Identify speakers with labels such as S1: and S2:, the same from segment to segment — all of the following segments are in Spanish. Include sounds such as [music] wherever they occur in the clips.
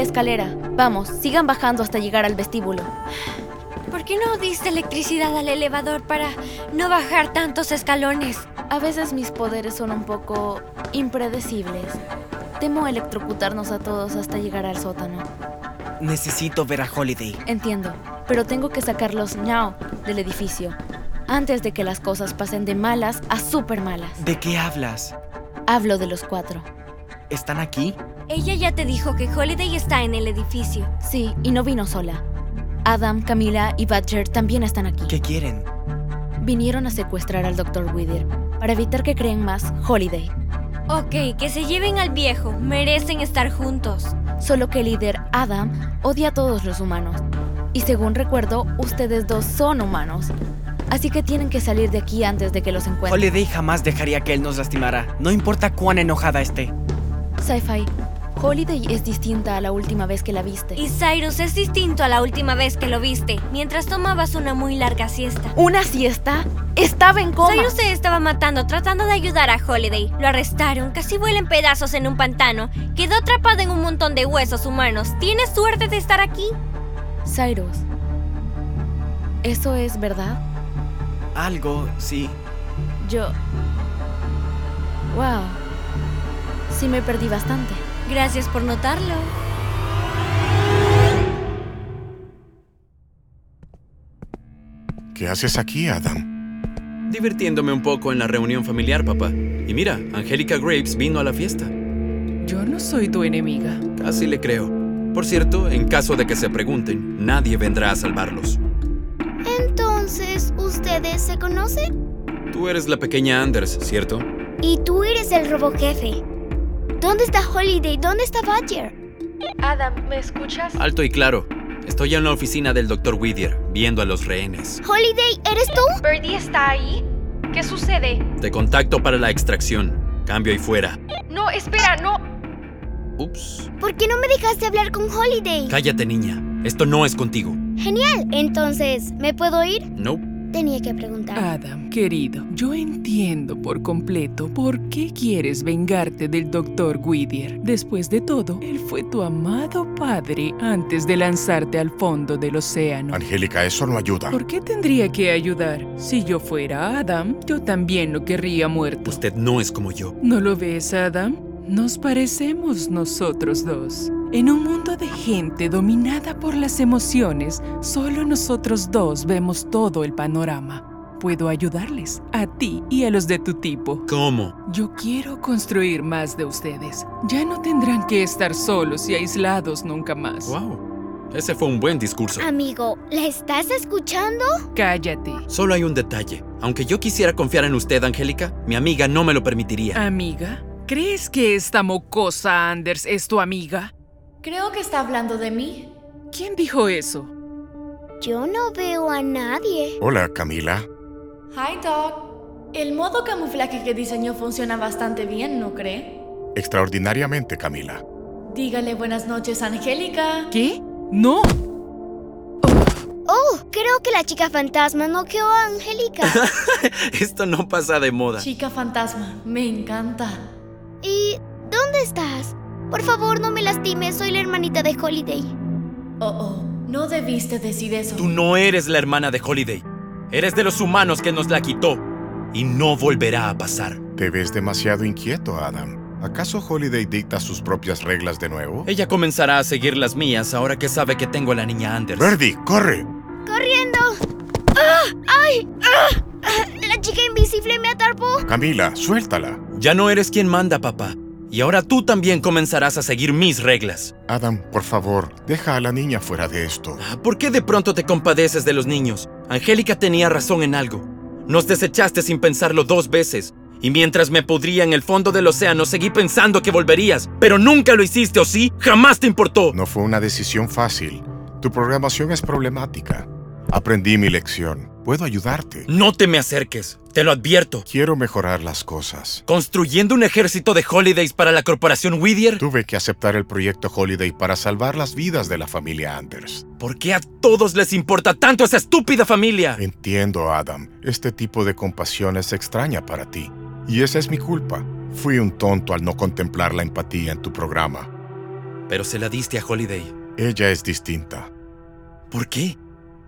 S1: escalera. Vamos, sigan bajando hasta llegar al vestíbulo.
S2: ¿Por qué no diste electricidad al elevador para no bajar tantos escalones?
S1: A veces mis poderes son un poco impredecibles. Temo electrocutarnos a todos hasta llegar al sótano.
S3: Necesito ver a Holiday.
S1: Entiendo, pero tengo que sacarlos now del edificio, antes de que las cosas pasen de malas a súper malas.
S3: ¿De qué hablas?
S1: Hablo de los cuatro.
S3: ¿Están aquí?
S2: Ella ya te dijo que Holiday está en el edificio.
S1: Sí, y no vino sola. Adam, Camila y Badger también están aquí.
S3: ¿Qué quieren?
S1: Vinieron a secuestrar al Dr. Wither para evitar que creen más Holiday.
S2: Ok, que se lleven al viejo. Merecen estar juntos.
S1: Solo que el líder Adam odia a todos los humanos. Y según recuerdo, ustedes dos son humanos. Así que tienen que salir de aquí antes de que los encuentren.
S3: Holiday jamás dejaría que él nos lastimara, no importa cuán enojada esté.
S1: Sci-Fi, Holiday es distinta a la última vez que la viste.
S2: Y Cyrus es distinto a la última vez que lo viste, mientras tomabas una muy larga siesta.
S1: ¿Una siesta? Estaba en coma.
S2: Cyrus se estaba matando tratando de ayudar a Holiday. Lo arrestaron, casi vuela en pedazos en un pantano. Quedó atrapado en un montón de huesos humanos. ¿Tienes suerte de estar aquí?
S1: Cyrus, ¿eso es verdad?
S3: Algo, sí.
S1: Yo... Wow. Sí me perdí bastante.
S2: Gracias por notarlo.
S4: ¿Qué haces aquí, Adam?
S5: Divirtiéndome un poco en la reunión familiar, papá. Y mira, Angélica Graves vino a la fiesta.
S6: Yo no soy tu enemiga.
S5: Casi le creo. Por cierto, en caso de que se pregunten, nadie vendrá a salvarlos.
S7: Entonces, ¿ustedes se conocen?
S5: Tú eres la pequeña Anders, ¿cierto?
S7: Y tú eres el robo jefe. ¿Dónde está Holiday? ¿Dónde está Badger?
S6: Adam, ¿me escuchas?
S5: Alto y claro. Estoy en la oficina del Dr. Whittier, viendo a los rehenes.
S7: ¿Holiday, eres tú?
S8: ¿Birdie está ahí? ¿Qué sucede?
S5: Te contacto para la extracción. Cambio y fuera.
S8: No, espera, no.
S5: Ups.
S7: ¿Por qué no me dejaste hablar con Holiday?
S5: Cállate, niña. Esto no es contigo.
S7: Genial. Entonces, ¿me puedo ir?
S5: No.
S7: Tenía que preguntar.
S6: Adam, querido, yo entiendo por completo por qué quieres vengarte del Dr. Whittier. Después de todo, él fue tu amado padre antes de lanzarte al fondo del océano.
S4: Angélica, eso no ayuda.
S6: ¿Por qué tendría que ayudar? Si yo fuera Adam, yo también lo querría muerto.
S5: Usted no es como yo.
S6: ¿No lo ves, Adam? Nos parecemos nosotros dos. En un mundo de gente dominada por las emociones, solo nosotros dos vemos todo el panorama. Puedo ayudarles, a ti y a los de tu tipo.
S5: ¿Cómo?
S6: Yo quiero construir más de ustedes. Ya no tendrán que estar solos y aislados nunca más.
S5: Wow. Ese fue un buen discurso.
S7: Amigo, ¿la estás escuchando?
S6: Cállate.
S5: Solo hay un detalle. Aunque yo quisiera confiar en usted, Angélica, mi amiga no me lo
S6: Ah.
S5: permitiría.
S6: Amiga, ¿crees que esta mocosa Anders es tu amiga?
S8: Creo que está hablando de mí.
S6: ¿Quién dijo eso?
S7: Yo no veo a nadie.
S4: Hola, Camila.
S8: Hi, Doc. El modo camuflaje que diseñó funciona bastante bien, ¿no cree?
S4: Extraordinariamente, Camila.
S8: Dígale buenas noches, Angélica.
S6: ¿Qué? ¡No!
S7: Oh, creo que la chica fantasma no quedó a Angélica.
S5: [laughs] Esto no pasa de moda.
S8: Chica fantasma, me encanta.
S7: ¿Y dónde estás? Por favor, no me lastimes, soy la hermanita de Holiday.
S8: Oh, oh, no debiste decir eso.
S5: Tú no eres la hermana de Holiday. Eres de los humanos que nos la quitó. Y no volverá a pasar.
S4: Te ves demasiado inquieto, Adam. ¿Acaso Holiday dicta sus propias reglas de nuevo?
S5: Ella comenzará a seguir las mías ahora que sabe que tengo a la niña Anders.
S4: Verdi, corre.
S7: ¡Corriendo! ¡Ah! ¡Ay! ¡Ah! ¡Ah! ¡La chica invisible me atrapó!
S4: Camila, suéltala.
S5: Ya no eres quien manda, papá. Y ahora tú también comenzarás a seguir mis reglas.
S4: Adam, por favor, deja a la niña fuera de esto.
S5: ¿Por qué de pronto te compadeces de los niños? Angélica tenía razón en algo. Nos desechaste sin pensarlo dos veces. Y mientras me podría en el fondo del océano, seguí pensando que volverías. Pero nunca lo hiciste, ¿o sí? Jamás te importó.
S4: No fue una decisión fácil. Tu programación es problemática. Aprendí mi lección. Puedo ayudarte.
S5: No te me acerques, te lo advierto.
S4: Quiero mejorar las cosas.
S5: ¿Construyendo un ejército de holidays para la corporación Whittier?
S4: Tuve que aceptar el proyecto Holiday para salvar las vidas de la familia Anders.
S5: ¿Por qué a todos les importa tanto esa estúpida familia?
S4: Entiendo, Adam. Este tipo de compasión es extraña para ti. Y esa es mi culpa. Fui un tonto al no contemplar la empatía en tu programa.
S5: Pero se la diste a Holiday.
S4: Ella es distinta.
S5: ¿Por qué?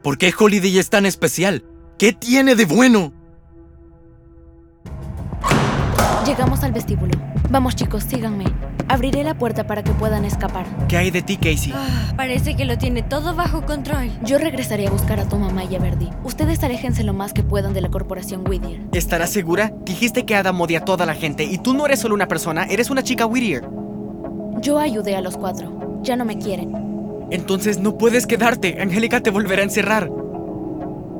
S5: ¿Por qué Holiday es tan especial? ¿Qué tiene de bueno?
S1: Llegamos al vestíbulo. Vamos chicos, síganme. Abriré la puerta para que puedan escapar.
S3: ¿Qué hay de ti, Casey?
S2: Parece que lo tiene todo bajo control.
S1: Yo regresaré a buscar a tu mamá y a Verdi. Ustedes aléjense lo más que puedan de la corporación Whittier.
S3: ¿Estarás segura? Dijiste que Adam odia a toda la gente y tú no eres solo una persona, eres una chica Whittier.
S1: Yo ayudé a los cuatro. Ya no me quieren.
S3: Entonces no puedes quedarte. Angélica te volverá a encerrar.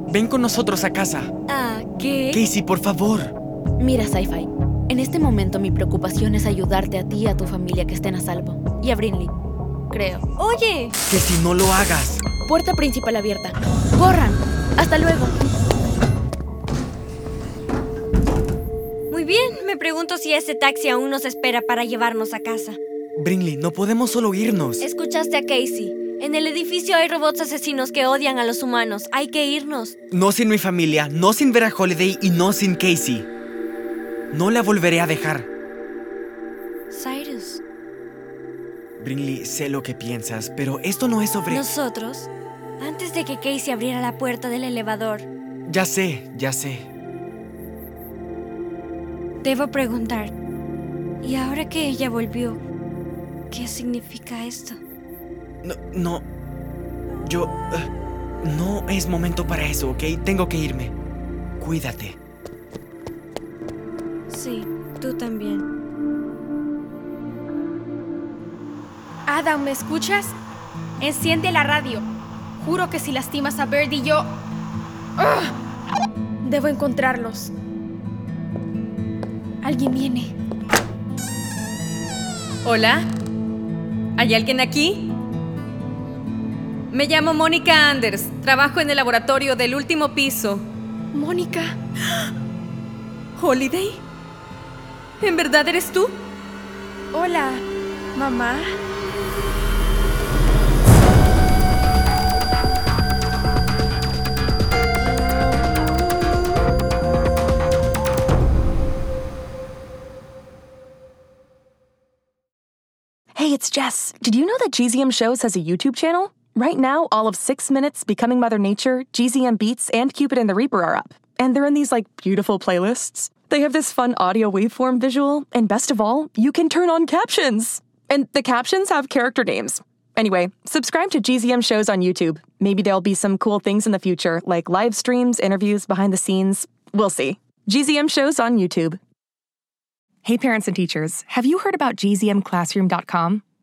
S3: Ven con nosotros a casa.
S2: Ah, ¿qué?
S3: Casey, por favor.
S1: Mira, Sci-Fi. En este momento mi preocupación es ayudarte a ti y a tu familia que estén a salvo. Y a Brinley. Creo.
S2: Oye,
S3: Que si no lo hagas.
S1: Puerta principal abierta. ¡Corran! ¡Hasta luego!
S2: muy bien. Me pregunto si ese taxi aún nos espera para llevarnos a casa.
S3: Brinley, no podemos solo irnos.
S2: Escuchaste a Casey. En el edificio hay robots asesinos que odian a los humanos. Hay que irnos.
S3: No sin mi familia, no sin ver a Holiday y no sin Casey. No la volveré a dejar.
S2: Cyrus,
S3: Brinley, sé lo que piensas, pero esto no es sobre...
S2: nosotros, antes de que Casey abriera la puerta del elevador,
S3: Ya sé, ya sé.
S2: debo preguntar. Y ahora que ella volvió, ¿qué significa esto?
S3: No, no. Yo... eh, no es momento para eso, ¿ok? Tengo que irme. Cuídate.
S2: Sí, tú también. Adam, ¿me escuchas?
S8: Enciende la radio. Juro que si lastimas a Bird y yo... ¡Ugh! Debo encontrarlos. Alguien viene.
S9: Hola, ¿hay alguien aquí? Me llamo Mónica Anders, trabajo en el laboratorio del último piso.
S8: Mónica.
S9: ¿Holiday? ¿En verdad eres tú?
S8: Hola, mamá.
S10: Hey, it's Jess. Did you know that GZM Shows has a YouTube channel? Right now, all of Six Minutes, Becoming Mother Nature, GZM Beats, and Cupid and the Reaper are up. And they're in these, like, beautiful playlists. They have this fun audio waveform visual, and best of all, you can turn on captions! And the captions have character names. Anyway, subscribe to GZM Shows on YouTube. Maybe there'll be some cool things in the future, like live streams, interviews, behind the scenes. We'll see. GZM Shows on YouTube. Hey, parents and teachers, have you heard about gzmclassroom.com?